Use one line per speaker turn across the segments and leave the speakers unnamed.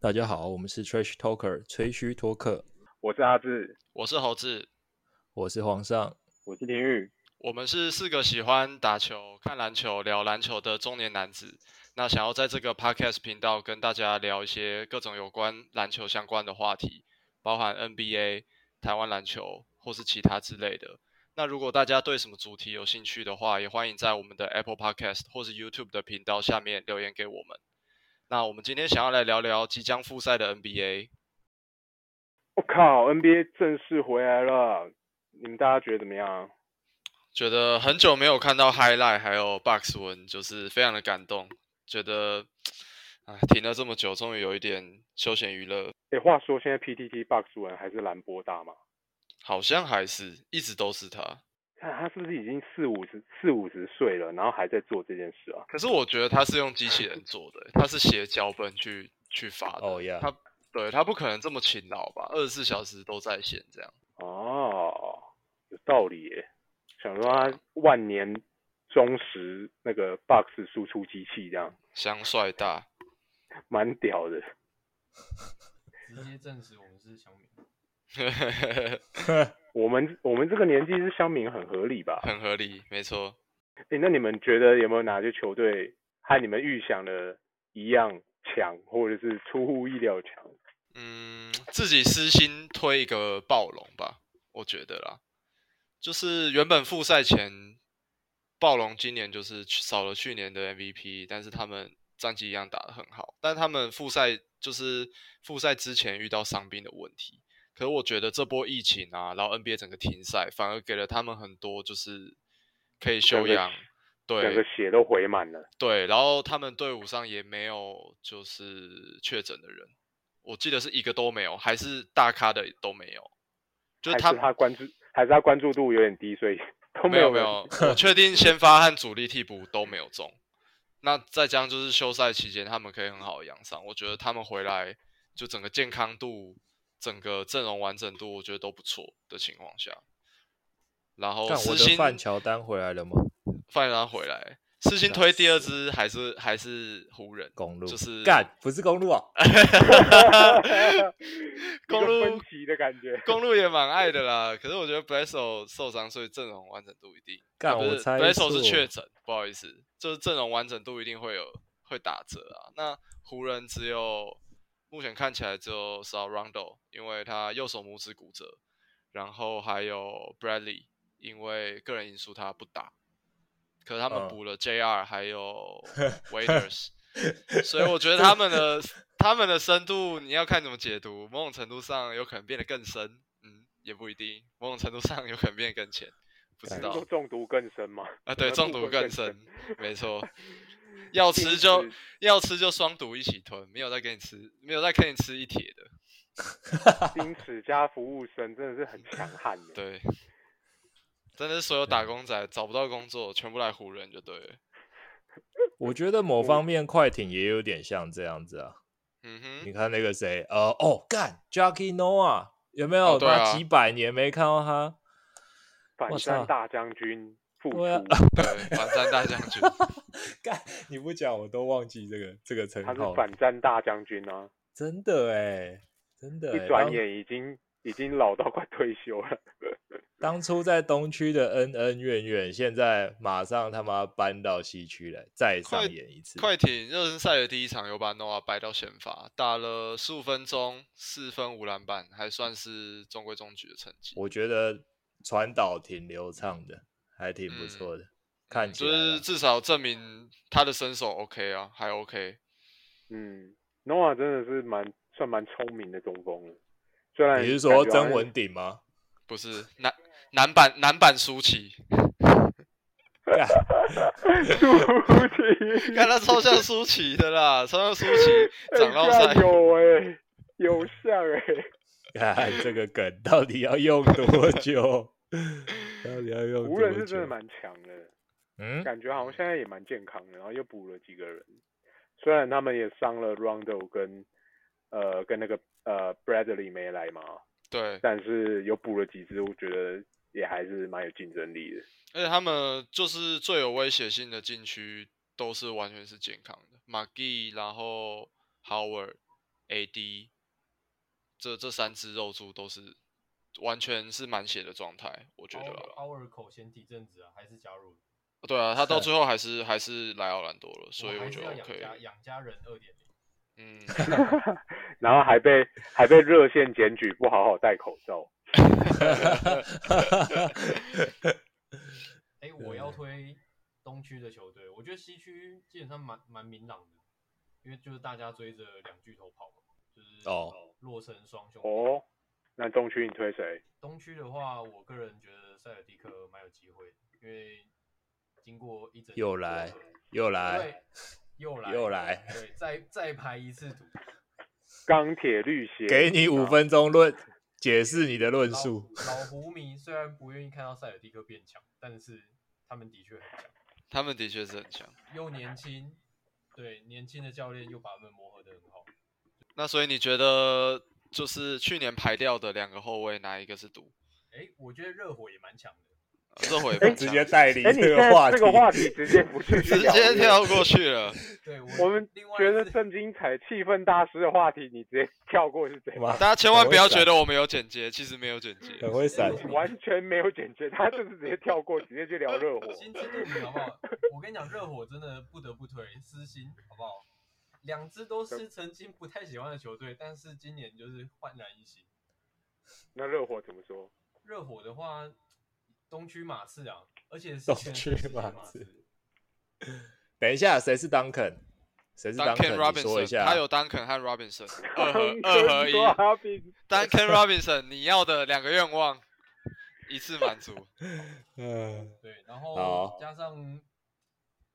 大家好，我们是 Trash Talker 吹嘘托客，
我是阿志，
我是猴子，
我是皇上，
我是天宇。
我们是四个喜欢打球、看篮球、聊篮球的中年男子。那想要在这个 podcast 频道跟大家聊一些各种有关篮球相关的话题，包含 NBA、台湾篮球或是其他之类的。那如果大家对什么主题有兴趣的话，也欢迎在我们的 Apple Podcast 或是 YouTube 的频道下面留言给我们。那我们今天想要来聊聊即将复赛的 NBA。
我、靠，NBA 正式回来了，你们大家觉得怎么样？
觉得很久没有看到 highlight，还有 box 文，就是非常的感动。觉得，哎，停了这么久，终于有一点休闲娱乐，
哎，话说现在 PTT Box 文还是兰博大吗？
好像还是一直都是他。
看他是不是已经四五十四五十岁了，然后还在做这件事啊？
可是我觉得他是用机器人做的，欸他是写脚本去去发的。
哦呀
他对他不可能这么勤劳吧？二十四小时都在线这样。
哦，有道理耶。想说他万年忠实那个 Box 输出机器，这样
香帅大，
蛮屌的。
直接证实我们是小米。
我们我们这个年纪是乡民，很合理吧？
很合理，没错。
哎，那你们觉得有没有哪些球队和你们预想的一样强，或者是出乎意料强？
嗯，自己私心推一个暴龙吧，我觉得啦，就是原本复赛前，暴龙今年就是去少了去年的 MVP，但是他们战绩一样打得很好，但他们复赛就是复赛之前遇到伤病的问题，可是我觉得这波疫情啊，然后 NBA 整个停赛，反而给了他们很多就是可以休
整个
养，对，
整个血都回满了。
对，然后他们队伍上也没有就是确诊的人，我记得是一个都没有，还是大咖的都没有，就是
还是他关注，还是他关注度有点低，所以都
没
有
没
人
有， 我确定先发和主力替补都没有中。那再加上就是休赛期间，他们可以很好地养伤，我觉得他们回来就整个健康度、整个阵容完整度，我觉得都不错的情况下。然后
看我
私
的
心
范乔丹回来了吗？
范然回来，私心推第二支还是还是湖人，
公路
就是哎
干不是公路啊，
公
一个
路
分歧的感觉
公路也蛮爱的啦。可是我觉得 b l e s o 受伤，所以阵容完整度一定。
干
啊不
我
是 b
猜
l e s o 是
错
确诊，不好意思，就是阵容完整度一定会有会打折啊。那湖人只有目前看起来只有 s a r o u n d o 因为他右手拇指骨折，然后还有 Bradley，因为个人因素他不打。可是他
嗯
们补了 JR 还有 Waiters，所以我觉得他们 的他们的深度你要看怎么解读，某种程度上有可能变得更深，嗯，也不一定，某种程度上有可能变得更浅，不知
感
道
说中毒更深嘛？
啊，对，
毒
中毒
会
更
更
深
深，
没错，要吃就要吃就双毒一起吞，没有再给你吃，没有再给你吃一铁的，
因此加服务生真的是很强悍的。
对，真的是所有打工仔找不到工作，全部来湖人就对了，
我觉得某方面快艇也有点像这样子啊。
嗯哼，
你看那个谁，呃，哦，干 Jockey Noah 有没有？
哦对啊
他几百年没看到他，
反
我操
战大将军复出
对，啊
对，反战大将 军，
干你不讲我都忘记这个这个称
他
号
是
了，
反战大将军啊！
真的哎，真的欸
一转
当
眼已经已经老到快退休了。
当初在东区的恩恩怨怨，现在马上他妈搬到西区来，再上
快
演一次。
快艇热身赛的第一场有把 Noah 掰到先发，打了十五分钟，四分五篮板，还算是中规中矩的成绩。
我觉得传导挺流畅的，还挺不
嗯
错的。看起
就
来啊
是
啦
至少证明他的身手 OK 啊，还 OK。
嗯，Noah 真的是蛮算蛮聪明的中锋了。虽然
你是
感
说
觉好
曾
像
文鼎吗？
不是男男版男版舒淇，
干
输 不
看他超像舒淇的啦，超像舒淇，
起，
长到赛
哎干有哎、有像 哎、
干这个梗到底要用多久？到底要用
湖
多
人
久？
是真的蛮强的，
嗯，
感觉好像现在也蛮健康的，然后又补了几个人，虽然他们也伤了 Rondo 跟呃跟那个呃 Bradley 没来嘛，
对，
但是有补了几支，我觉得也还是蛮有竞争力的。
而且他们就是最有威胁性的禁区都是完全是健康的 m a g g 然后 Howard、 AD 这这三只肉柱都是完全是满血的状态，我觉得啦。
奥尔口先提阵子啊，还是加入？
对啊，他到最后还是还是来奥兰多了，所以
我
我
还
觉
是
得
要养
OK
家。养家人二点零。
嗯，
然后还被还被热线检举不好好戴口罩。
哎，我要推东区的球队，我觉得西区基本上蛮蛮明朗的，因为就是大家追着两巨头跑嘛，就是
哦
洛神双雄。
哦，那中区你推谁？
东区的话，我个人觉得塞尔蒂克蛮有机会的，因为经过一整年
又
的
来
磨合
又
对
来，
又来
又来，
对，再再排一次赌，
钢铁绿鞋，啊
给你五分钟论解释你的论
老
述。
老胡迷虽然不愿意看到塞尔蒂克变强，但是他们的确很强，
他们的确是很强。
又年轻，对年轻的教练又把他们磨合的很好。
那所以你觉得就是去年排掉的两个后卫，哪一个是赌？
哎，我觉得热火也蛮强的，
呃这回也
哎
蛮
直
强
接
的
带离
哎，你
这
现
个话
在
题，
这个话题直接不继续
直
聊，
接跳。过去了。
对我
我们
另外一
觉得
次
正精彩、气氛大师的话题，你直接跳过是怎样？
哇
大家千万不要觉
得
得我们有剪接，其实没有剪接。
很会闪，
完全没有剪接，他就是直接跳过，直接去聊热火。
呃
心知肚明好不好？我跟你讲，热火真的不得不推私心，好不好？两支都是曾经不太喜欢的球队，但是今年就是焕然一新。
那热火怎么说？
热火的话，东区马刺啊，而且是全
东区
世界
马
马
刺
刺，
等一下，谁是 Duncan？谁是
Duncan
Duncan？你说一
Robinson，
下。
他有 Duncan 和 Robinson 二合二合一。
阿斌
Duncan Robinson，你要的两个愿望一次满足。
嗯，
对，然
好
后加上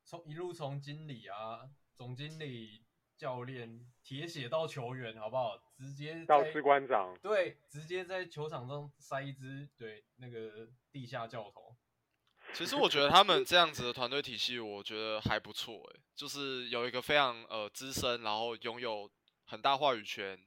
从一路从经理啊、总经理、教练、铁血到球员，好不好？直接
到
在
士官长，
对，直接在球场上塞一支对那个地下教头，
其实我觉得他们这样子的团队体系，我觉得还不错诶、就是有一个非常呃资深，然后拥有很大话语权，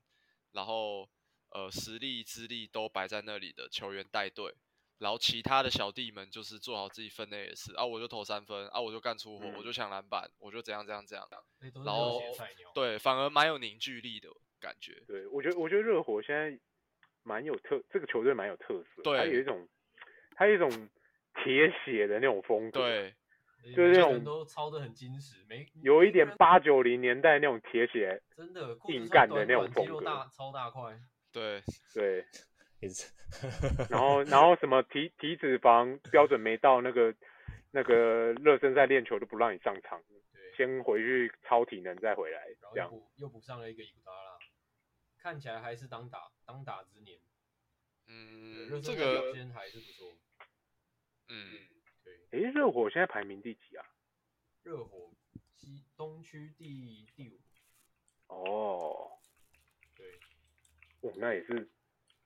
然后呃实力资历都摆在那里的球员带队，然后其他的小弟们就是做好自己分内的事啊，我就投三分啊，我就干出火，我
嗯
就抢篮板，我就怎样怎样怎样，
那哎都是
然
热
后
血菜鸟。
对，反而蛮有凝聚力的感觉。
对我觉得我觉得热火现在蛮有特，这个球队蛮有特色，
对
它有一种它有一种铁血的那种风格，，
对，
对
就是那种
都抄得很精实，没
有一点
没
八九零年代那种铁血，
真的裤子
硬干
穿
的
短
那种
短肌
风
肉
格
大超大块，
对，
对，
你是
然 后然后什么体体脂肪标准没到那个那个热身赛练球都不让你上场，
对，
先回去超体能再回来，
然后
这
又
样
补又补上了一个伊古达拉，看起来还是当打当打之年，对热
嗯，
身
这
赛表
个，
现还是不错。
嗯，
对，
诶，热火现在排名第几啊？
热火西东区第第五，
哦，
对，
我那也是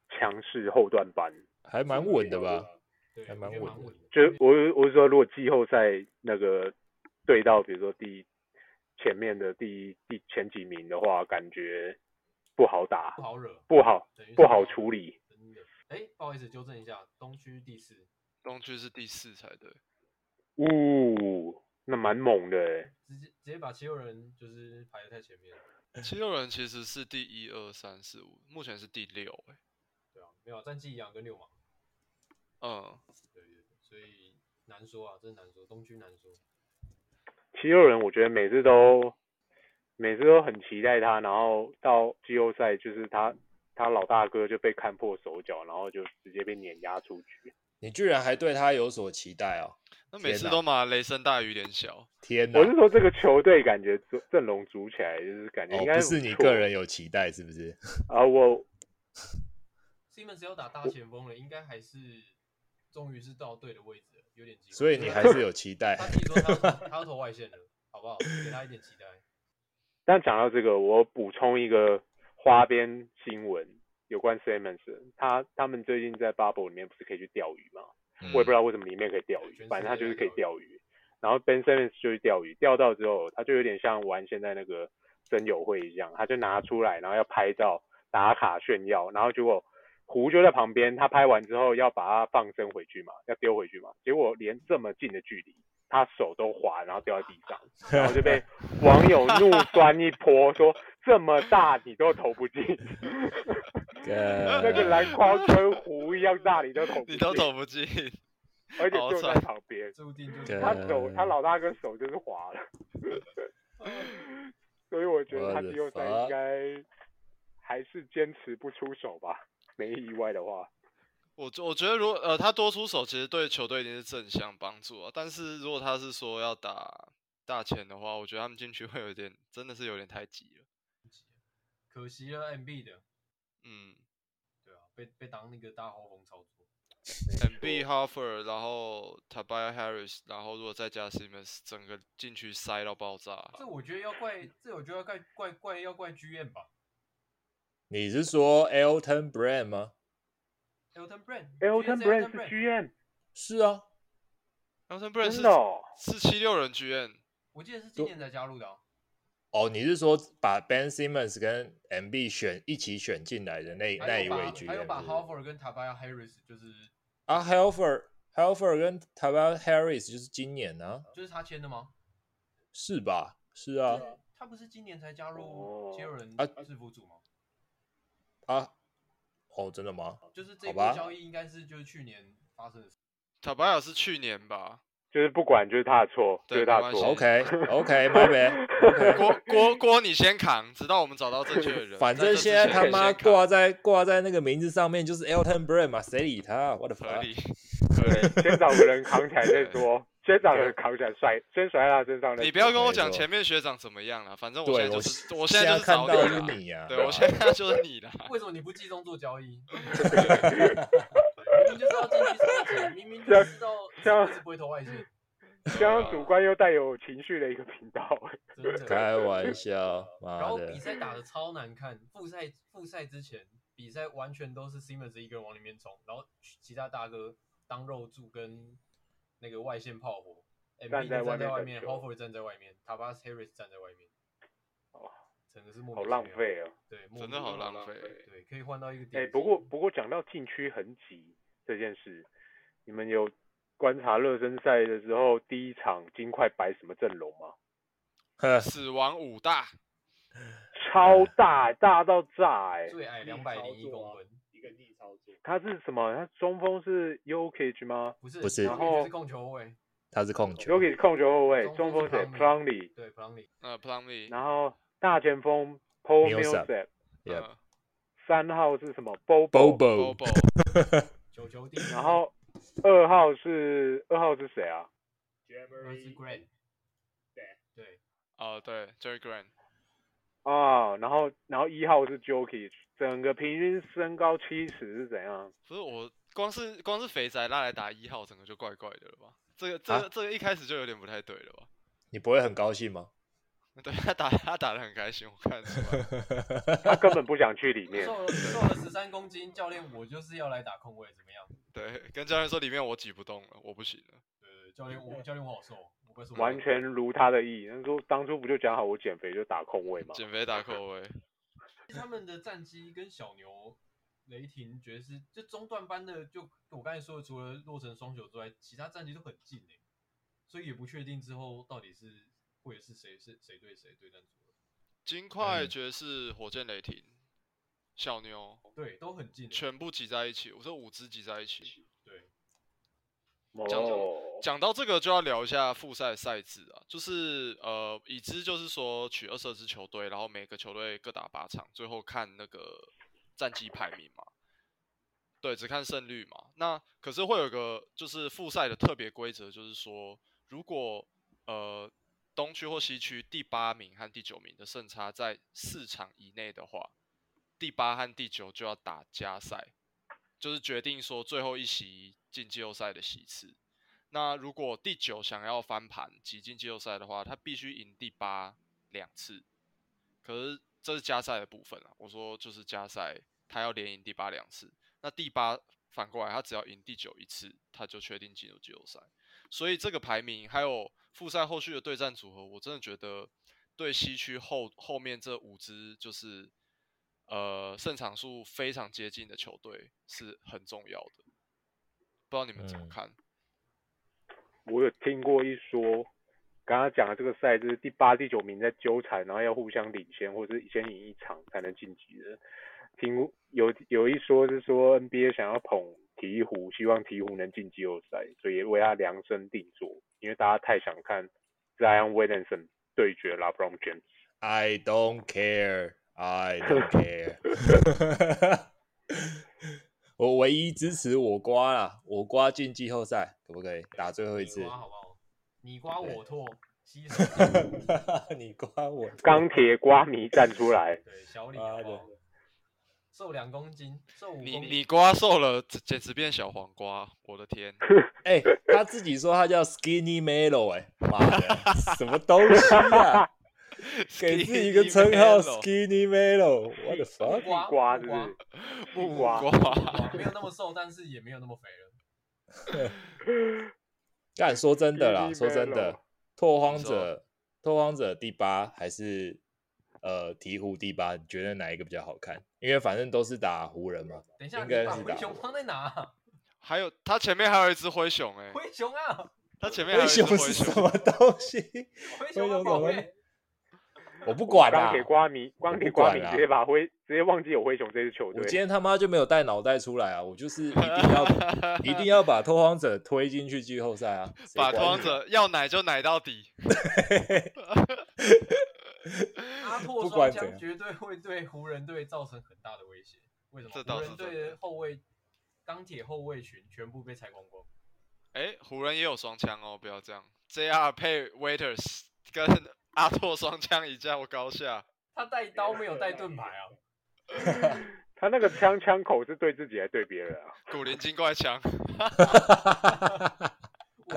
强势后段班。
还蛮稳的吧？
对，
还
我
蛮
觉得
稳的
蛮稳的。
就是我是我是说，如果季后赛那个对到比如说第前面的第第前几名的话，感觉不好打
不，好惹，
不好
等于是
不好处理。
真的。哎，不好意思，纠正一下，东区第四，
东区是第四才对。
呜、那蛮猛的欸，
直接直接把七六人就是排得太前面了。
七六人其实是第一、二、三、四、五，目前是第六、欸，
对啊，没有啊战绩一样跟六嘛，
嗯，
对对对，所以难说啊，真的难说，东区难说。
七六人我觉得每次都每次都很期待他，然后到季后赛就是他他老大哥就被看破手脚，然后就直接被碾压出局。
你居然还对他有所期待哦！
那每
天
次
哪
都嘛雷声大雨点小，
天哪哦
我！是说这个球队感觉阵阵容组起来就是感觉
哦
应，该
不是你
错
个人有期待是不是？
啊，我
Simmons 要打大前锋了，应该还是终于是到对的位置了，有点机会。
所以你还是有期 待
他自己说他要投他要投外线了，好不好？给他一点期待。
但讲到这个，我补充一个花边新闻，有关 Simmons，的他他们最近在 Bubble 里面不是可以去钓鱼吗？
嗯
我也不知
道。
道为什么里面可以钓
对
鱼
全，
反正他
世界
就是
在
可以
钓
钓鱼。然后 Ben Simmons 就去钓鱼，钓到之后，他就有点像玩现在那个真友会一样，他就拿出来，然后要拍照打卡炫耀，然后结果湖就在旁边，他拍完之后要把它放生回去嘛，要丢回去嘛，结果连这么近的距离， 他手都滑，然后掉在地上，然后就被网友怒酸一波，说这么大你都投不 进，那
那
个篮筐跟湖一样大，你都投不进，
你都投不进，
而且
好
就在
惨
旁边，
注定就
对
是
他手他老大哥手就是滑了， 所以我觉得
What
他
the
季后赛
fuck？
应该还是坚持不出手吧，没意外的话，
我觉我觉得如果呃他多出手，其实对球队一定是正向帮助啊。但是如果他是说要打大前的话，我觉得他们进去会有点，真的是有点太急了。
可惜了 MB 的，
嗯
对啊，被被当那个大后锋操作，
，MB Hoffer，然后 Tobias Harris，然后如果再加 Simmons，整个禁区塞到爆炸。
啊
这我觉得要怪，这我觉得要怪怪怪要怪剧院吧
你是说 Elton Brand 吗？
，Elton Brand，
Elton
b r a
Brand 是 GM，
是啊，
Elton Brand
真的哦，
是是七六人剧院，
我记得是今年才加入的啊，
哦，你是说把 Ben Simmons 跟 MB 选一起选进来的那那
还
一
有
位
把
GM？
还有把
是不是
Howard 跟 t a b a y Harris 就是
啊，Helfer Helfer 跟 t a b a Harris 就是今年啊，
就是他签的吗？
是吧？是啊，
他不是今年才加入
哦
七六人
啊
制服组吗？
啊，哦，真的吗？
就是这一
好吧
波交易应该是就是去年发生的事。
塔巴尔是去年吧？
就是不管就是他的错，就
对
是他
没
的
关系
错。
OK OK，拜 拜。OK，
郭郭郭，你先扛，直到我们找到正确的人。
反
在这
正
之
现在
前
他
你
妈
先扛
挂在挂在那个名字上面就是 Elton Brand 嘛，谁理他、啊？我的
合
fuck！
理，合理。
先找个人扛起来再说，先找个人扛起来甩，先甩在他身上再说。
你不要跟我
没
讲
错
前面学长怎么样了，反正我
对
现在
我
就是，
现
我
现
在
在
就是找
看到是
啦。
你啊，
对，我
吧
现在就是你啦。
为什么你不集中做交易？ 明明就知道禁区是外线，明明就知道
像
是不会投外线，
刚刚主观又带有情绪的一个频道，
真的。
开玩笑，
然
妈
后
的
比！赛打的超难看，复赛复赛之前比赛完全都是 Simmons 一个人往里面冲，然后其他大哥当肉柱跟那个外线炮火
站
，MB
在外
站
面
在外
等
面
球
，Howard 站在外面，Tabas Harris 站在外面，
哦，
整个是莫名
好
其
浪
妙，
费哦。
对，莫
真
名
的好
其妙
浪费。
对，可以换到一个
哎、
点。
不过不过讲到禁区很挤这件事，你们有观察热身赛的时候第一场金块摆什么阵容吗？
呵
死亡五大，
超大，大到炸哎、
最矮两百零一公分，
一个逆操作，
他是什么？他中锋是 Yokich 吗
不是
不是
然
然
后
后
是控球后卫，
他是控球，
？Yokich 控球后卫，
中
中
锋
锋
是
谁
Plumlee
p l u m l e y
对 p l u m l y
呃，Plumlee，
然后大前锋 Paul
Millsap
Millsap，
Yep
呃
三号是什么 Bobo，,
Bobo
，Bobo，
球球弟，
然后二号是二号是谁啊？
那是 g r a n
对
对，
哦，对，Jerry Grant，
啊，然后然后一号是 Jokic，整个平均身高七十是怎样？
不是我，光是光是肥仔拉来打一号，整个就怪怪的了吧？这个这
啊
个这个一开始就有点不太对了吧？
你不会很高兴吗？
对他打他打的很开心，我看得出来。
他根本不想去里面。
瘦了瘦了十三公斤，教练我就是要来打控卫，怎么样？
对，跟教练说里面我挤不动了，我不行了。
对，教练我教练我好瘦，我不会说
完全如他的意，那时候当初不就讲好我减肥就打空位吗？
减肥打扣位，
他们的战绩跟小牛、雷霆、爵士就中段班的，就我刚才说的，除了落成双九之外，其他战绩都很近诶、所以也不确定之后到底是会是谁是谁对谁对战组合，
金块、
嗯
爵士、火箭、雷霆、小牛，
对，都很近、欸，
全部挤在一起，我说五支挤在一起。
对，
讲什
哦，
讲到这个，就要聊一下复赛赛制啊，就是呃，已知就是说取二十二支球队，然后每个球队各打八场，最后看那个战绩排名嘛。对，只看胜率嘛。那可是会有个就是复赛的特别规则，就是说，如果呃东区或西区第八名和第九名的胜差在四场以内的话，第八和第九就要打加赛，就是决定说最后一席进季后赛的席次。那如果第九想要翻盘挤进季后赛的话，他必须赢第八两次。可是这是加赛的部分啊，我说就是加赛，他要连赢第八两次。那第八反过来，他只要赢第九一次，他就确定进入季后赛。所以这个排名还有复赛后续的对战组合，我真的觉得对西区后后面这五支就是呃胜场数非常接近的球队是很重要的。不知道你们怎么
嗯
看？
我有听过一说，刚刚讲的这个赛就是第八、第九名在纠缠，然后要互相领先或者是先赢一场才能晋级的。听有有一说是说 NBA 想要捧鹈鹕，希望鹈鹕能进季后赛，所以为他量身定做，因为大家太想看 Zion Williamson 对决 LeBron James。
啊 I don't care, I don't care 。 我唯一支持我瓜啦，我瓜进季后赛可不可以？打最后一次
你，刮好不好？你刮
对
我拓，吸收
你瓜我
钢铁瓜迷站出来，
对小李
妈
好
的
不好？瘦两公斤，瘦五公
你
斤。
你瓜瘦了，简简直变小黄瓜，我的天！
哎、他自己说他叫 Skinny Melo，哎、妈 的，什么东西 啊？给自己一个称号 Skinny Melo，我的 fuck！
瓜
瓜
木
是不
瓜
是？
木
瓜
瓜，
哦没有那么瘦，但是也没有那么肥了。
但说真的啦，
Skinny
说真
Melo
的，拓荒
你
者，拓荒者第八还是呃鹈鹕第八？你觉得哪一个比较好看？因为反正都是打湖人嘛。
等一下，
应
你
该
把
是
灰
打
熊放在哪 啊？
还有他前面还有一只灰熊哎、
灰熊啊，
他前面
灰
还有一只
熊
灰
是什么 东 西？
灰
灰
熊啊，
熊
宝
怎么
贝，
我不管
钢
啦
铁，瓜迷，
我
钢铁
不
瓜
管
迷
啦
直接把灰直接忘记有灰熊这支球
我
队。
今天他妈就没有带脑袋出来啊！我就是一定 要一定要把拓荒者推进去季后赛啊！谁
把
管
拓荒
你
者要奶就奶到底。
阿拓
不管
双
怎样
枪绝对会对湖人队造成很大的威胁。为什
这
么？
倒
湖
是
人队
真
的
的
后卫钢铁后卫群全部被拆光光。
哎，湖人也有双枪哦，不要这样。JR 配 Waiters 跟 阿拓双枪一较高下，
他带刀没有带盾牌啊！
他那个枪枪口是对自己还是对别人啊？
古灵精怪枪。
我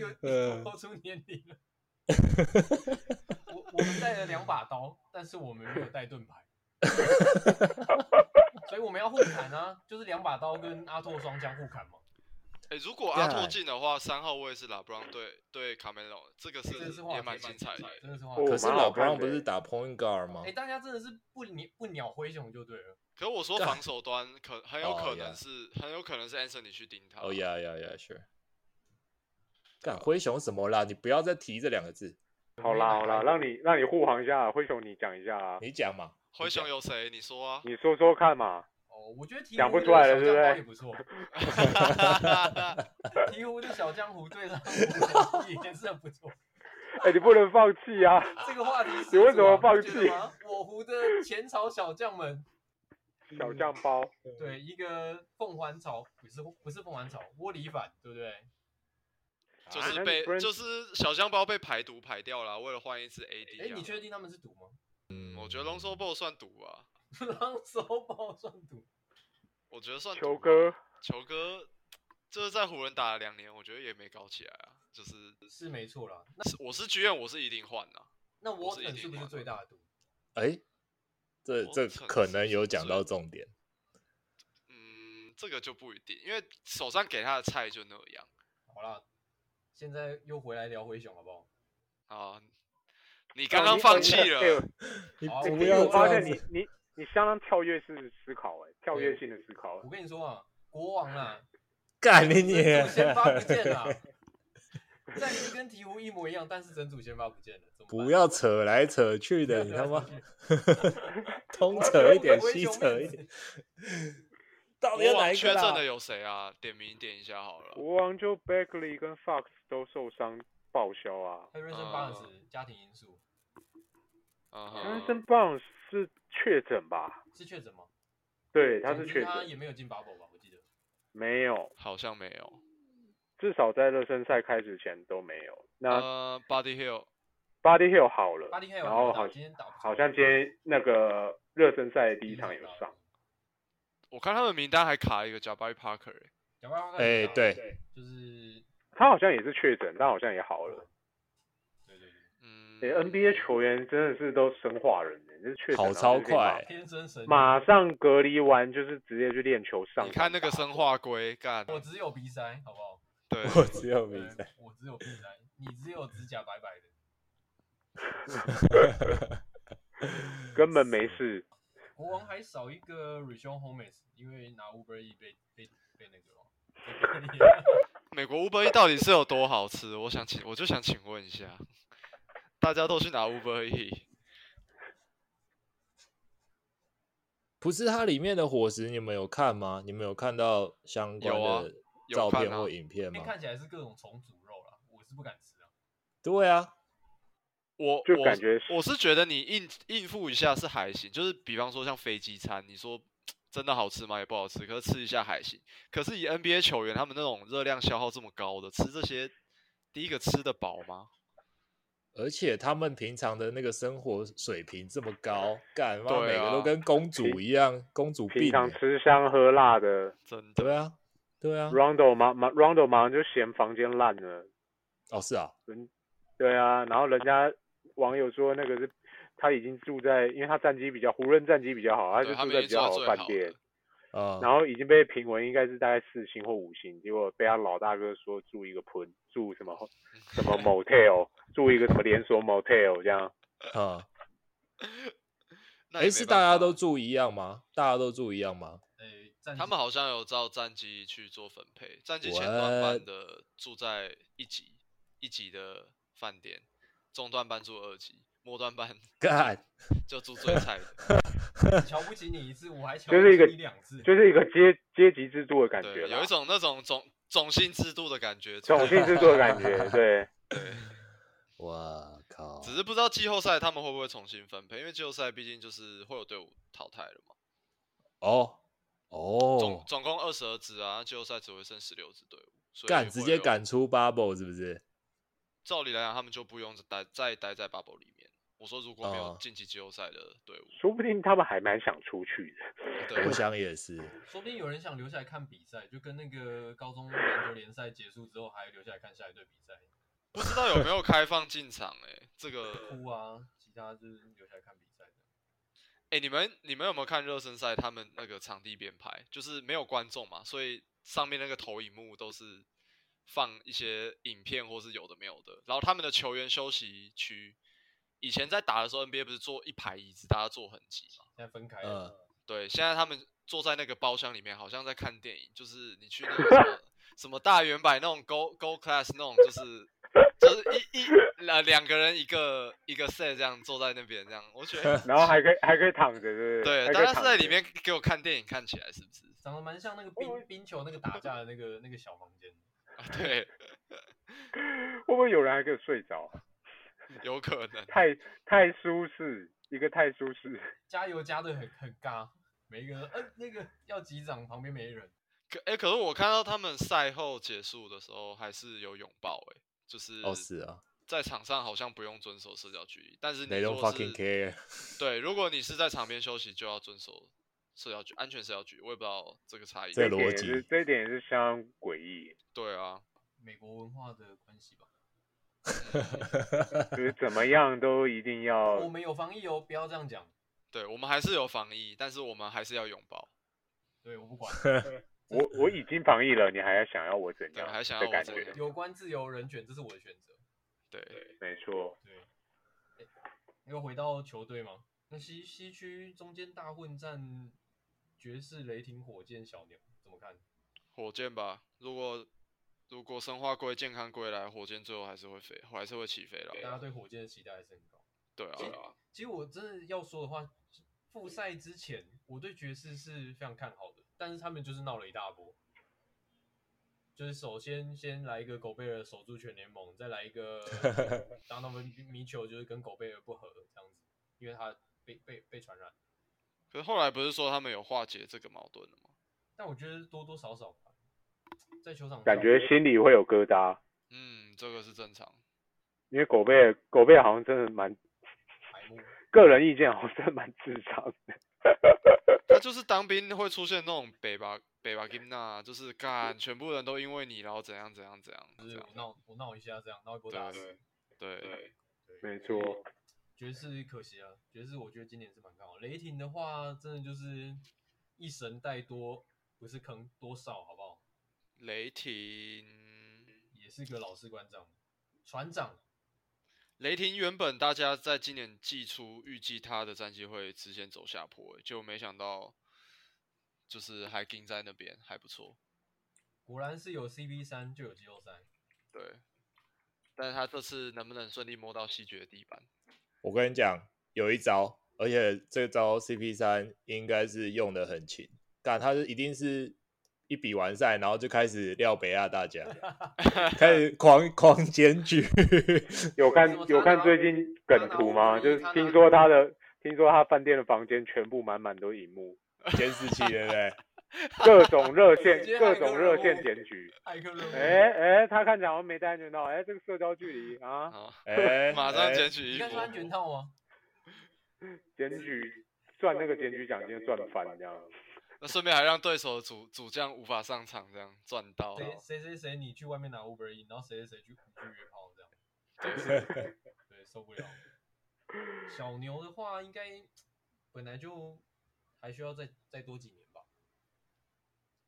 又
呃
又透出年龄了。我我们带了两把刀，但是我们没有带盾牌， 所以我们要互砍啊，就是两把刀跟阿拓双枪互砍嘛。
哎，如果阿拓
干
进的话，三号位是拉布朗对对卡梅隆，这个是
这真的是话
也
题，
蛮精彩的。
真的是话
哦
可
题。
是
蛮
老
好
布朗
看
不
的
是
欸
打 point guard 吗
哎、？大家真的是不鸟不鸟灰熊就对了。
可我 说防守端可很有
哦
可
呀
能是很有可能是 Anthony 去盯他。
哦呀呀呀，sure。干灰熊什么啦？你不要再提这两个字，
好啦好啦，让你让你护航一下，灰熊你讲一下啊，
你讲嘛。
灰熊有谁？你 说啊。
你说说看嘛。
哦，我觉得鹈鹕
讲不出来了
的
对
小
不
将
对
也不错，
啊
鹈鹕的小江湖对上湖人也是很不错。
哎，你不能放弃啊！
这个话题十足啊
你为什么放？
你不觉得吗我湖的前朝小将们，
小酱包，
对一个凤凰巢，不是不是凤凰巢，窝里反，对不对？
就
啊那
是
你
被
不然
就是小香包被排毒排掉了，为了换一只 AD、啊。
哎，你确定他们是赌吗？
嗯
我觉得龙舟 b 算毒吧，
狼手宝算赌，
我觉得算
球
赌吧。
哥，
球哥就是在湖人打了两年，我觉得也没搞起来啊。就是
是没错啦。那
是我是剧院，我是一定换啊的、
那
我是
Watson
一定
是不是
玩
最大的赌？
哎，这
我
这
操
可
是
能有讲
是
到重点。
嗯，这个就不一定，因为手上给他的菜就那样
好啦，现在又回来聊灰熊好不好？
啊。你刚刚放弃
哎
了，
你
好
不
你
哦要
我发
这
现
样
你
子。
你你相当跳跃式思考，哎，跳跃
对
性的思考哎
我。跟你说啊，国王 啊，
干哎你你！
整组先发不见了。战绩跟鹈鹕一模一样，但是整组先发不见了，怎 么办
不要扯来扯去的，你他妈东
我要
扯一
给
点，
灰
西
熊
扯
面
一
子
点。到底
国
哦要哪
王
一
缺
个
阵的
啦？
有谁啊？点名点一下好了。嗯
国王就 Bagley 跟 Fox 都受伤报销啊。
还有人生八尔斯家庭因素
嗯
他
哼
生 Bounce 是确诊吧？
是确诊吗？
对，他是
嗯
确
他
诊，
也没有进八宝吧？我记得。
没有，
好像没有。
至少在热身赛开始前都没有。那
呃，Body Hill，
Body Hill 好了
巴蒂，克有
然后
打
好
今天打不错
好像今天那个热身赛第一场有上，，
我看他们名单还卡一个 Jabari Parker，、欸、
讲话
哎，，
嗯
对，
对，
就是
他好像也是确诊，但好像也好了。
对对对，
嗯、
哎、n b a 球员真的是都生化人呢，就是确诊
跑
然后
超
就可以马
快。
天生神力。
马上隔离完就是直接去练球上场打。
你看那个生化龟干，
我只有鼻塞，好不好？
对，
我只有比
对
赛。
我只有鼻塞，你只有指甲白白的。
根本没事，
国王还少一个 r e s h o n Holmes，因为拿 Uber E 被被被那个了。
美国 Uber E 到底是有多好吃？我想请，我就想请问一下，大家都去拿 Uber E？
不是它里面的伙食，你们有看吗？你们有看到相关
有啊
的
有
照
看
片
啊
或影片
那边
吗？
看起来是各种重组肉啦，我是不敢吃啊。
对啊，
我
就
我
感觉是
我是觉得你应应付一下是还行，就是比方说像飞机餐，你说真的好吃吗？也不好吃，可是吃一下还行。可是以 NBA 球员他们那种热量消耗这么高的，吃这些，第一个吃得饱吗？
而且他们平常的那个生活水平这么高，干妈、
对
每个都
啊
跟公主一样，公主
平
病、
常
欸。
吃香喝辣的
真的，
对啊，对啊。
Rondo 马马 Rondo 马上就嫌房间烂了，
哦，是啊，
对啊，然后人家网友说那个是他已经住在，因为他战绩比较湖人战绩比较好，他就
对他
住
们
在
已
比
经
较
抓
好
最
的
好
饭
的
店，，
呃，
然后已经被评为应该是大概四星或五星，结果被他老大哥说住一个喷住 什么什么 motel，住一个什么连锁 motel 这样，
嗯，
那
哎、
也没
是大
办
家
法啊
都住一样吗？大家都住一样吗？
诶，战
他
绩
们好像有照战绩去做分配，战绩前段
What？
班的住在一级一级的饭店，中段班住二级，末段班
干，
就住最菜的。
瞧不起你一次，我还瞧
就
不
是一个
起你两次。
就是一个阶阶级制度的感觉
对，
啦，
有一种那种种种姓制度的感觉。
种姓制度的感觉， 对。
我靠！
只是不知道季后赛他们会不会重新分配，因为季后赛毕竟就是会有队伍淘汰了嘛。
哦
总
哦，
总共二十二支啊，季后赛只会剩十六支队伍，所以
干，
会
直接
有。
赶出 bubble 是不 是？
照理来讲，他们就不用再待再待在 bubble 里面。我说如果没有
哦
晋级季后赛的队伍，
说不定他们还蛮想出去的。
对
我，想也是。
说不定有人想留下来看比赛，就跟那个高中篮球联赛结束之后，还留下来看下一队比赛。
不知道有没有开放进场哎、这个
哭啊，其他就是留下来看比赛的。
哎、你们你们有没有看热身赛？他们那个场地编排就是没有观众嘛，所以上面那个投影幕都是放一些影片或是有的没有的。然后他们的球员休息区，以前在打的时候 NBA 不是坐一排椅子，大家坐很挤嘛？
现在分开了，
嗯
对，现在他们坐在那个包厢里面，好像在看电影，就是你去那个什么什么大圆柏那种 Go Go Class 那种，就是就是一一呃两个人一个一个 set 这样坐在那边这样，我觉得
然后还可以还可以躺着，对不
对，
还
大
可以
家
躺
是
着
在里。面给我看电影，看起来是不是？
长得蛮像那个冰冰球那个打架的那个那个小房间。
啊，对，
会不会有人还可以睡着啊？
有可能。
太太舒适，一个太舒适。
加油加的很很尬，每一个人呃那个要击掌旁边没人，
可哎、可是我看到他们赛后结束的时候还是有拥抱、哎，就是
哦，是啊
在场上好像不用遵守社交距离，但是你
，They
如
don't
果
fucking
是
care。
对，如果你是在场边休息，就要遵守社交距安全社交距离。我也不知道这个差异。
这
一点
逻
也
辑
是，这一点也是相当诡异，
对啊，
美国文化的关系吧。
就是怎么样都一定要
我们有防疫哦，不要这样讲。
对我们还是有防疫，但是我们还是要拥抱。
对我不管，
我我已经防疫了，你还要想要我怎
对
样？
还想要
的
我
感
怎
觉
样，
有关自由人权，这是我的选择。
对，
没错。
对，诶又回到球队嘛，那西西区中间大混战，爵士、雷霆、火箭、小牛怎么看？
火箭吧，如果如果生化归健康归来，火箭最后还是会飞，还是会起飞了。
大家对火箭的期待还是很高。
对啊，对啊
其实我真的要说的话，复赛之前我对爵士是非常看好的，但是他们就是闹了一大波。就是首先先来一个狗贝尔守住全联盟，再来 一个当他们米球就是跟狗贝尔不合这样子，因为他被被被传染。
可是后来不是说他们有化解这个矛盾了吗？
但我觉得多多少少吧，在球场上
感觉心里会有疙瘩，
嗯，这个是正常。
因为狗贝尔狗贝尔好像真的蛮，
白目
个人意见好像真的蛮智障的。
他就是当兵会出现那种北吧北吧金娜，啊就是干全部人都因为你，然后怎样怎样怎样
就
这
是
样
我。闹我闹一下这样，闹一波大
啊对啊
事。
对，啊
没 错，
爵士可惜啊，爵士我觉得今年是蛮刚好。雷霆的话，真的就是一神带多，不是坑多少，好不好？
雷霆，
也是个老士官长，船长
雷霆原本大家在今年季初预计他的战绩会直线走下欸坡，就没想到就是还盯在那边，还不错。
果然是有 CP 三就有季后赛。
对，但是他这次能不能顺利摸到西决的地板？
我跟你讲，有一招，而且这招 CP 三应该是用的很勤，但他是一定是一比完赛，然后就开始廖北亚大 家，开始狂狂检举。
有看
我知道
有看最近梗图吗？
他拿我的
就是
他拿
听
我
说
的
他的，听说他饭店的房间全部满满都是荧 幕，
监视器，对不对？
各种热线
直接，
各
害
种
个
热
人
线
物
检举。
艾克勒维，
哎哎，他看起来好像没戴安全套，哎，这个社交距离啊，
啊，
哎、
马上
哎
检举
你
一
看
波
穿安。全套吗？
检举赚那个检举奖金赚翻这样。
那顺便还让对手主主将无法上场，这样赚到。
谁谁谁谁，你去外面拿 Uber E，然后谁谁谁去去约炮这样，
对，
对，受不了。小牛的话，应该本来就还需要再再多几年吧。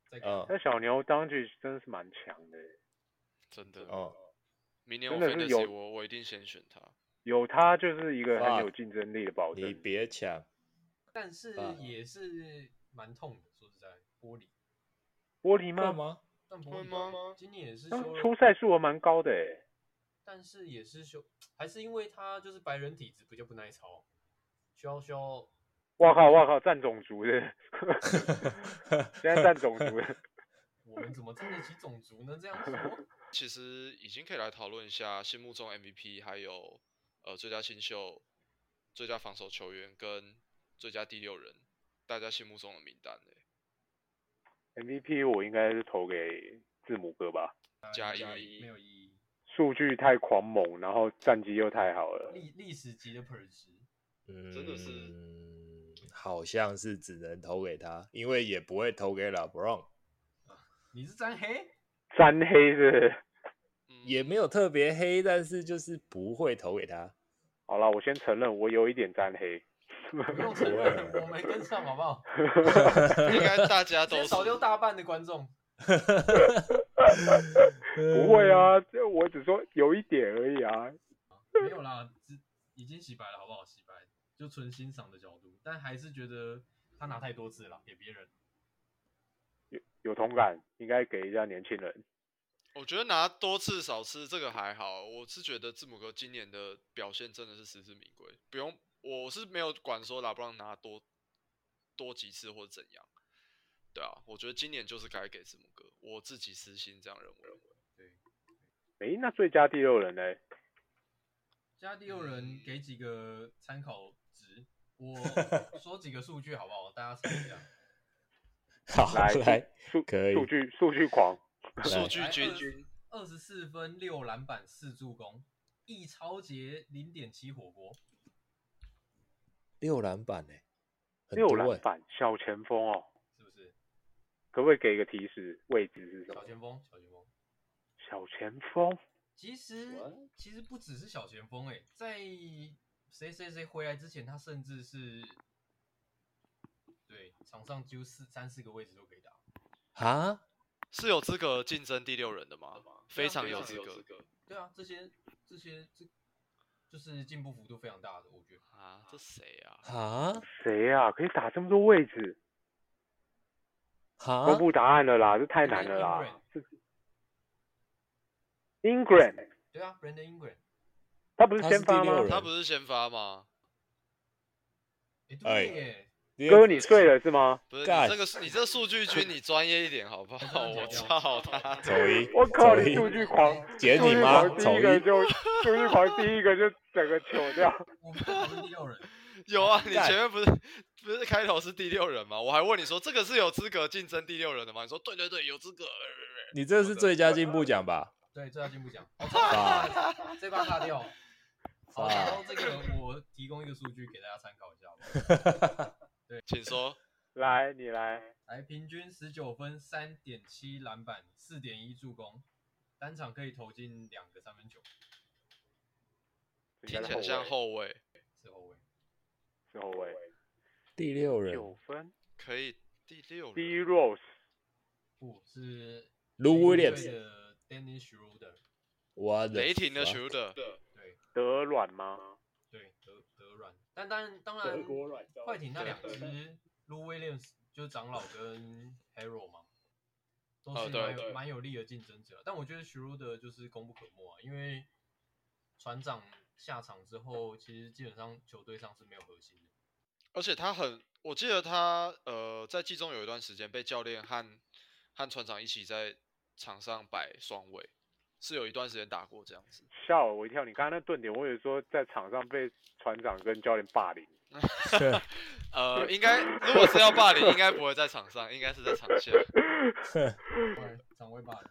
再给
嗯
那小牛当局真的是蛮强的，欸
真的。
哦，
明年我
真的是
fantasy
有
我我一定先选他。
有他就是一个很
Fuck
有竞争力的保证
你。别抢，
但是
啊
也是蛮痛的，说实在，玻璃，
玻璃
会
吗？
吗？
但玻
会
璃
吗
吧今年也是
他
修
们
了
出赛数额蛮高的哎。
但是也是修，还是因为他就是白人体质比较不耐操，需要需要
哇靠哇靠，占种族 的，现在占种族的。
我们怎么撑得起种族呢？这样说，
其实已经可以来讨论一下心目中 MVP，还有呃最佳新秀、最佳防守球员跟最佳第六人，大家心目中的名单欸嘞。
MVP 我应该是投给字母哥吧，
加
呃一没有意义，
数据太狂猛，然后战绩又太好了。
历历史级的 per 值，
真的是
嗯，好像是只能投给他，因为也不会投给 LeBron，
你是沾黑？
三黑是不是
嗯，
也没有特别黑，但是就是不会投给他。
好啦，我先承认我有一点沾黑，
不用承认，我没跟上，好不好？
应该大家
直
都
接
是
少掉大半的观众，
不会啊，这我只说有一点而已啊。
没有啦，只已经洗白了，好不好？洗白就纯欣赏的角度，但还是觉得他拿太多次了，给别人。
有同感，应该给一下年轻人。
我觉得拿多次少次这个还好，我是觉得字母哥今年的表现真的是实至名归，不用，我是没有管说拉布朗拿多多几次或者怎样，对啊，我觉得今年就是该给字母哥，我自己私心这样认为。
诶，那最佳第六人呢？
加第六人
嗯
给几个参考值， 我说几个数据好不好？大家猜一下，
好，
来
来，
数
可以
数据数据狂，
数据
来
均
哎二
均，
二十四分、六篮板、四助攻，一超节零点七火锅，
六篮板呢、很
六
多
篮
欸
板，小前锋哦，
是不是？
可不可以给一个提示？位置是什么
小？前锋，小前锋。
小前锋，
其实
What？
其实不只是小前锋诶、在谁谁谁回来之前，他甚至是对场上几乎四三四个位置都可以打，
啊，
是有资格竞争第六人的吗？非常有资格
对啊，这些这些这就是进步幅度非常大的，我觉得。
啊！这谁啊？
哈
谁啊？可以打这么多位置？
哈啊
公布答案了啦，这太
这个
难了啦
Ingram。
这 Ingram，
对啊，Brandon Ingram，
他不是
他
先
是第
发
六
吗
人？
他不是先发吗？
哎、
哎
对耶，
哥，你睡了是吗？
不是
干
你这个你这 数据均，你专业一点好不好？我操 他！
走 一，
我 靠，
走
你
一
数据狂，
姐
数
你
据
妈
狂第
走
一个
一
就数据狂第一个就整个糗掉。
我们这才是第六人，
有啊，你
干
前面不是不是开头是第六人吗？我还问你说这个是有资格竞争第六人的吗？你说对对对，有资格。
你这是最佳进步奖 吧？
对，最佳进步奖。好，
啊，
这把卡掉。好，
Fuck
然后这个我提供一个数据给大家参考一下好不好。
呃请说，
来，你来，
来，平均十九分、三点七篮板、四点一助攻，单场可以投进两个三分球，
听起来像后卫，
是后卫。
是后卫，
第六人
九分
可以第六
，D
人。
Rose，
不是
Lou
雷
Williams
霆队的 Dennis Schroeder，
我的
雷霆的
fuck
球的，
对
德软吗？
对，德德软。但当然当然，
软
快艇那
对
两只 Lou Williams 就是长老跟 Hero 嘛，都
哦
是
对
蛮有
对
蛮有力的竞争者。但我觉得徐若德就是功不可没啊，因为船长下场之后，其实基本上球队上是没有核心的。
而且他很，我记得他呃在季中有一段时间被教练和和船长一起在场上摆双位，是有一段时间打过这样子。
吓我一跳！你刚刚那顿点，我以为说在场上被船长跟教练霸凌。
呃，应该如果是要霸凌，应该不会在场上，应该是在场下
掌位霸凌，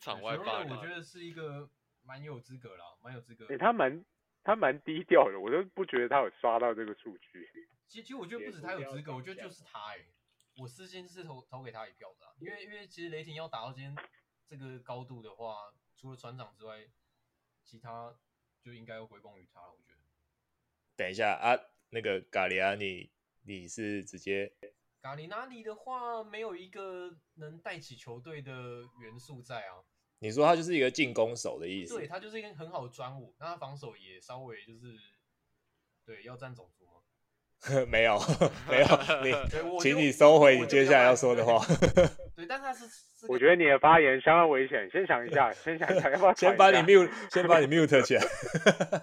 场
对
外
徐若
霸
德
凌。
我觉得是一个蛮有资格啦，蛮有资格。
诶、他蛮他蛮低调的，我都不觉得他有刷到这个数据。
其实，其实我觉得
也
不止
不
他有
要
资格，
打
我觉得
架
就是他哎、我私心是投投给他一票的啊、因为因为其实雷霆要打到今天这个高度的话，除了船长之外，其他就应该要归功于他了。我觉得
等一下啊，那个咖喱啊，你你是直接
卡里纳里的话，没有一个能带起球队的元素在啊。
你说他就是一个进攻手的意思
对，他就是一个很好的专武，那他防守也稍微就是对要占种族吗？
没有没有， 你
对，我
请
就
你收回
我
你
就
接
比较
下来
爱
要说的
对
话，
对，但是他是是
我
个
觉得你的发言相当危险，先想一下，先想一下，要不要
先把
把
你 mute，先把你 mute 起来。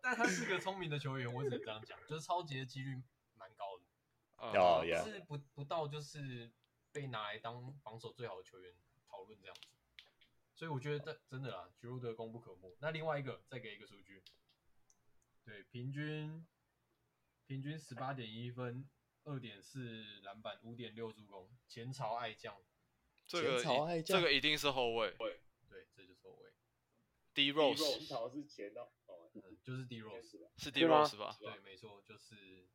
但他是个聪明的球员，我只能这样讲，就是超级的几率蛮高的，
嗯
哦
只
Yeah
是不不到就是被拿来当防守最好的球员讨论这样子。所以我觉得真的啦，徐若德功不可没。那另外一个再给一个数据，对，平均平均十八点一分，二点四篮板，五点六助攻，前朝爱将，
这
前
个
朝爱
一这
将
个一定是后卫
对，这就是后卫，
，D Rose
是前
哦
到
嗯，就是 D Rose，
是 D
对吗
Rose 吧？
对，没错，就是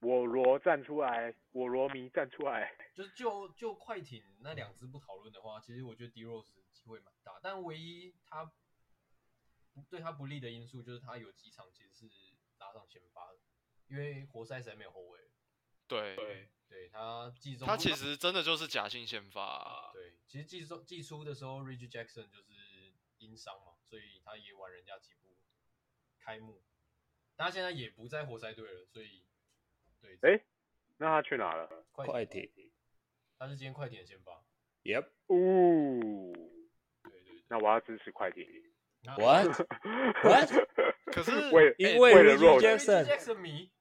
我罗站出来，我罗迷站出来。
就是就就快艇
嗯
那两支不讨论的话，其实我觉得 D Rose 机会蛮大，但唯一他对他不利的因素就是他有几场其实是拉上先发的，因为活塞实在没有后卫，
对，
对他季中
他其实真的就是假性先发啊、
对其实季中季初的时候 r i g g i Jackson 就是因伤嘛，所以他也晚人家几步开幕，但他现在也不在活塞队了，所以对，
诶那他去哪了？
快
快艇
他是今天快艇的先发，
，Yep，
呜、
对对对，
那我要支持快艇。
那
What？What？
可 是
嗯
为
因
哎
为
哎为了
Reggie
Rose
Reggie
Jackson
Jackson 迷。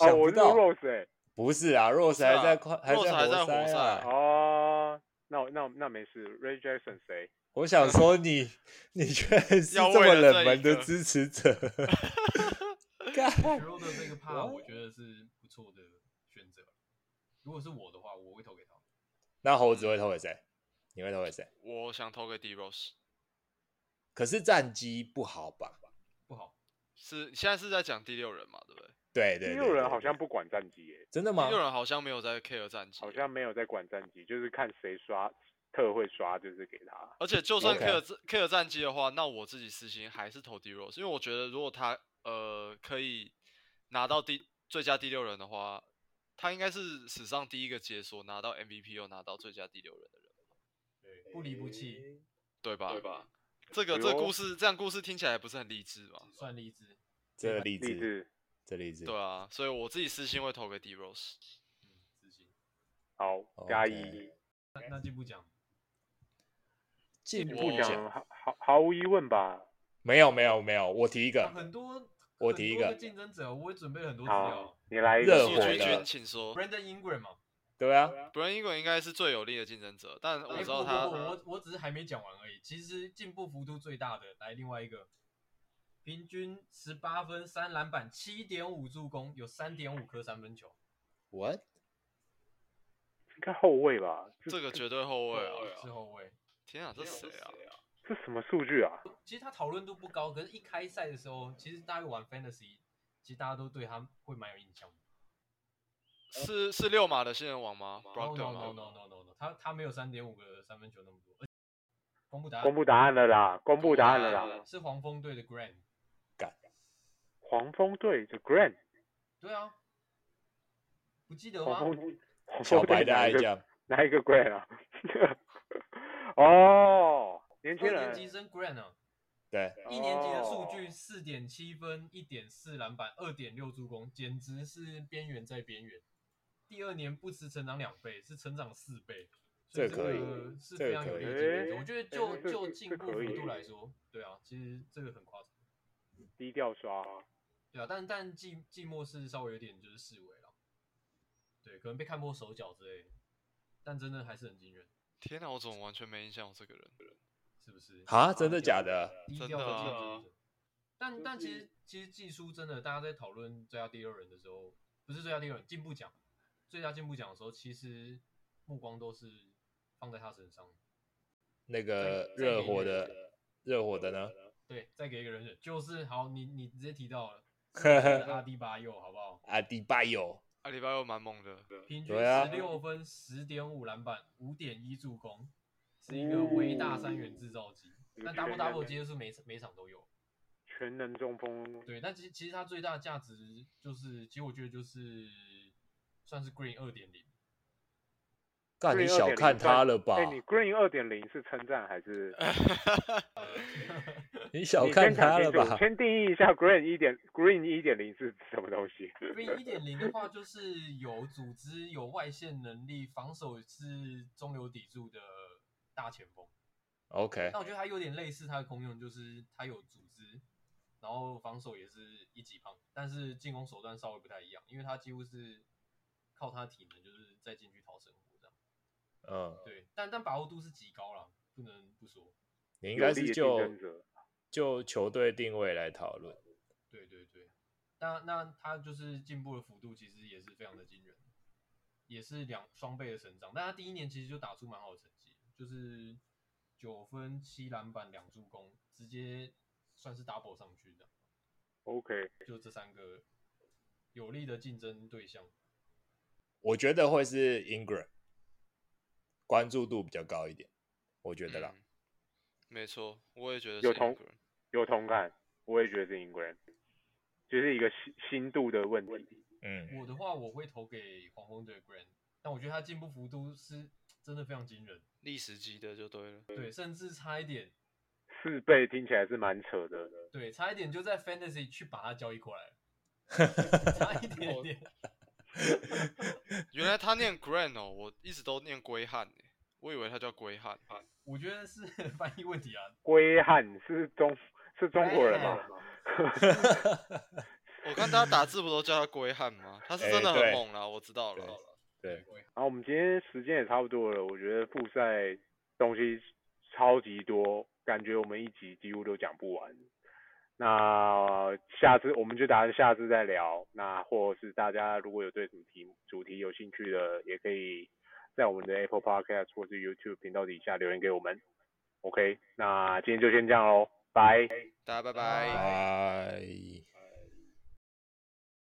哦，
想
我
不
是
到，
Rose 哎、
不是啊，Rose
不是啊
还在快，还
Rose 还在
活
活塞
塞啊。
哦，那我那我那没事。Ray Jackson 谁？
我想说你，你居然是
要
这
为
么
了这
冷
一
门的
个
支持者，干
徐若的这个帕，
What？
我觉得是不错的选择。如果是我的话，我会投给他。
那猴子会投给谁？你会投给谁？
我想投给 D Rose，
可是战绩不好吧？
不好，
是现在是在讲第六人嘛，对不对？
对对
第
对
六人
对
好像
对
不管战绩耶、
真的
第
吗？
六人好像没有在 care 战绩，
好像没有在管战绩，就是看谁刷特会刷，就是给他。
而且就算
OK
care 战 care 战绩的话，那我自己私心还是投 D Rose，因为我觉得如果他呃可以拿到第最佳第六人的话，他应该是史上第一个解锁拿到 MVP 又拿到最佳第六人的人，
对，不离不弃，
对吧？对吧？这个
哎
这个
呦
故事这样故事听起来不是很励志嘛？
算励志。
这个例
励
子，
志，
这例子
对啊，所以我自己私心会投给 D Rose。
嗯，自信。
好加
OK
一。
那那进步奖，
进
步
步
奖
奖
讲毫毫毫无疑问吧。
没有没有没有，我提一个
啊很多
我提一个
很多竞争者，我也准备了很多资料
好。，你来一
热
个
火
数
我
据
的
君，请说。
Brandon Ingram 嘛，
对啊，
b r a n Ingram 应该是最有力的竞争者，但我
哎
知道
不不
他
不我我只是还没讲完而已。其实进步幅度最大的，来另外一个，平均十八分、三篮板、七点五助攻，有三点五颗三分球。
，what？
应该后卫吧？这
这个绝对后卫啊！
是后卫。
天啊，这谁啊？
这什么数据啊？
其实他讨论度不高，可是一开赛的时候，其实大家玩 fantasy，其实大家都对他会蛮有印象的。
是是六马的新人王吗 b r o
No
g d o
no
n 吗
no no no no no，他他没有三点五个三分球那么多。而且公布答案，
公布答案了
啊
啦！公布答案了啦！
是黄蜂队的 Grant。
黄蜂队的 Grant，
对啊，不记得吗？
黄蜂黄
小
蜂
白
队
的
哪
爱
一个
将，
哪一个 Grant 啊？ 哦，年轻
二年
人
级生 Grant 啊，
对，
哦
一年级的数据四点七分，一点四篮板，二点六助攻，简直是边缘在边缘。第二年不止成长两倍，是成长四倍，所以
这
这
可以
个是
这
非
个
常有
可
利
以
的竞争
哎
我觉得
哎
就
这
就
这
进
这
步
可
幅
以
度来说，对啊，其实这个很夸张，
低调刷啊，
对啊，但但寂寂寞是稍微有点就是示威了，对，可能被看破手脚之类的，但真的还是很惊人，
天哪，啊我怎么完全没印象我这个人？
是不是？
啊，真的假的？
低
真
调
的
的竞
啊
争者。但但
就
其
是
实其实技术真的，大家在讨论最佳第六人的时候，不是最佳第六人进步奖，最佳进步奖的时候，其实目光都是放在他身上。
那个
再
呃热
给一
火
个
的热火的呢？
对，再给一个人选，就是好，你你直接提 到了就是阿迪巴佑，好不好？
阿迪拜哟，
阿里巴巴蛮猛的，
平均
对啊
十六分、十点五篮板、五点一助攻，是一
哦
个伟大三元制造机。
这个
那 double
全能
double
欸
几乎是每每场都有。
全能中锋，
对，但其实其实它最大的价值就是，其实我觉得就是算是 Green 二点零，
干你
Green
小
2.0
看他
算
了吧
哎、？你 Green 二点零是称赞还是？
你小
你
哎看
先
他
讲
了
清楚，
吧？
先定义一下 Green 一点 Green 一点零是什么东西？
Green 一点零的话，就是有组织、有外线能力，防守是中流砥柱的大前锋。
OK，
那我觉得它有点类似它的功用，就是它有组织，然后防守也是一级棒，但是进攻手段稍微不太一样，因为它几乎是靠它体能就是在禁区讨生活这样。
嗯，
对，但但把握度是极高了，不能不说。
你应
有
该是
力的竞
就
争者
就球队定位来讨论。
对对对，那那他就是进步的幅度其实也是非常的惊人，也是两双倍的成长。但他第一年其实就打出蛮好的成绩，就是九分、七篮板、两助攻，直接算是 double 上去的，
，OK，
就这三个有力的竞争对象。
我觉得会是 Ingram，关注度比较高一点，我觉得啦。
嗯没错，我也觉得
有
是
同
英国人
有同感，我也觉得是 Ingram，就是一个心心度的问题。
嗯，
我的话，我会投给黄蜂队 Grand，但我觉得他进步幅度是真的非常惊人，
历史级的就对了。
对，甚至差一点，
四倍听起来是蛮扯的，
对，差一点就在 Fantasy 去把他交易过来了，差一点点。
原来他念 Grand 哦，我一直都念龟汉诶，我以为他叫龟汉。
我觉得是 翻译问题啊。
圭汉是中是中国人吗？
我看大家打字不都叫他龟汉吗？他是真的
哎对
很猛啦，我知道
对
了。
对，
然后我们今天时间也差不多了，我觉得复赛东西超级多，感觉我们一集几乎都讲不完。那下次我们就打算下次再聊。那或是大家如果有对什么题主题有兴趣的，也可以在我们的 Apple Podcast 或是 YouTube 频道底下留言给我们。OK，那今天就先这样喽，拜。
大家拜
拜
拜。
拜。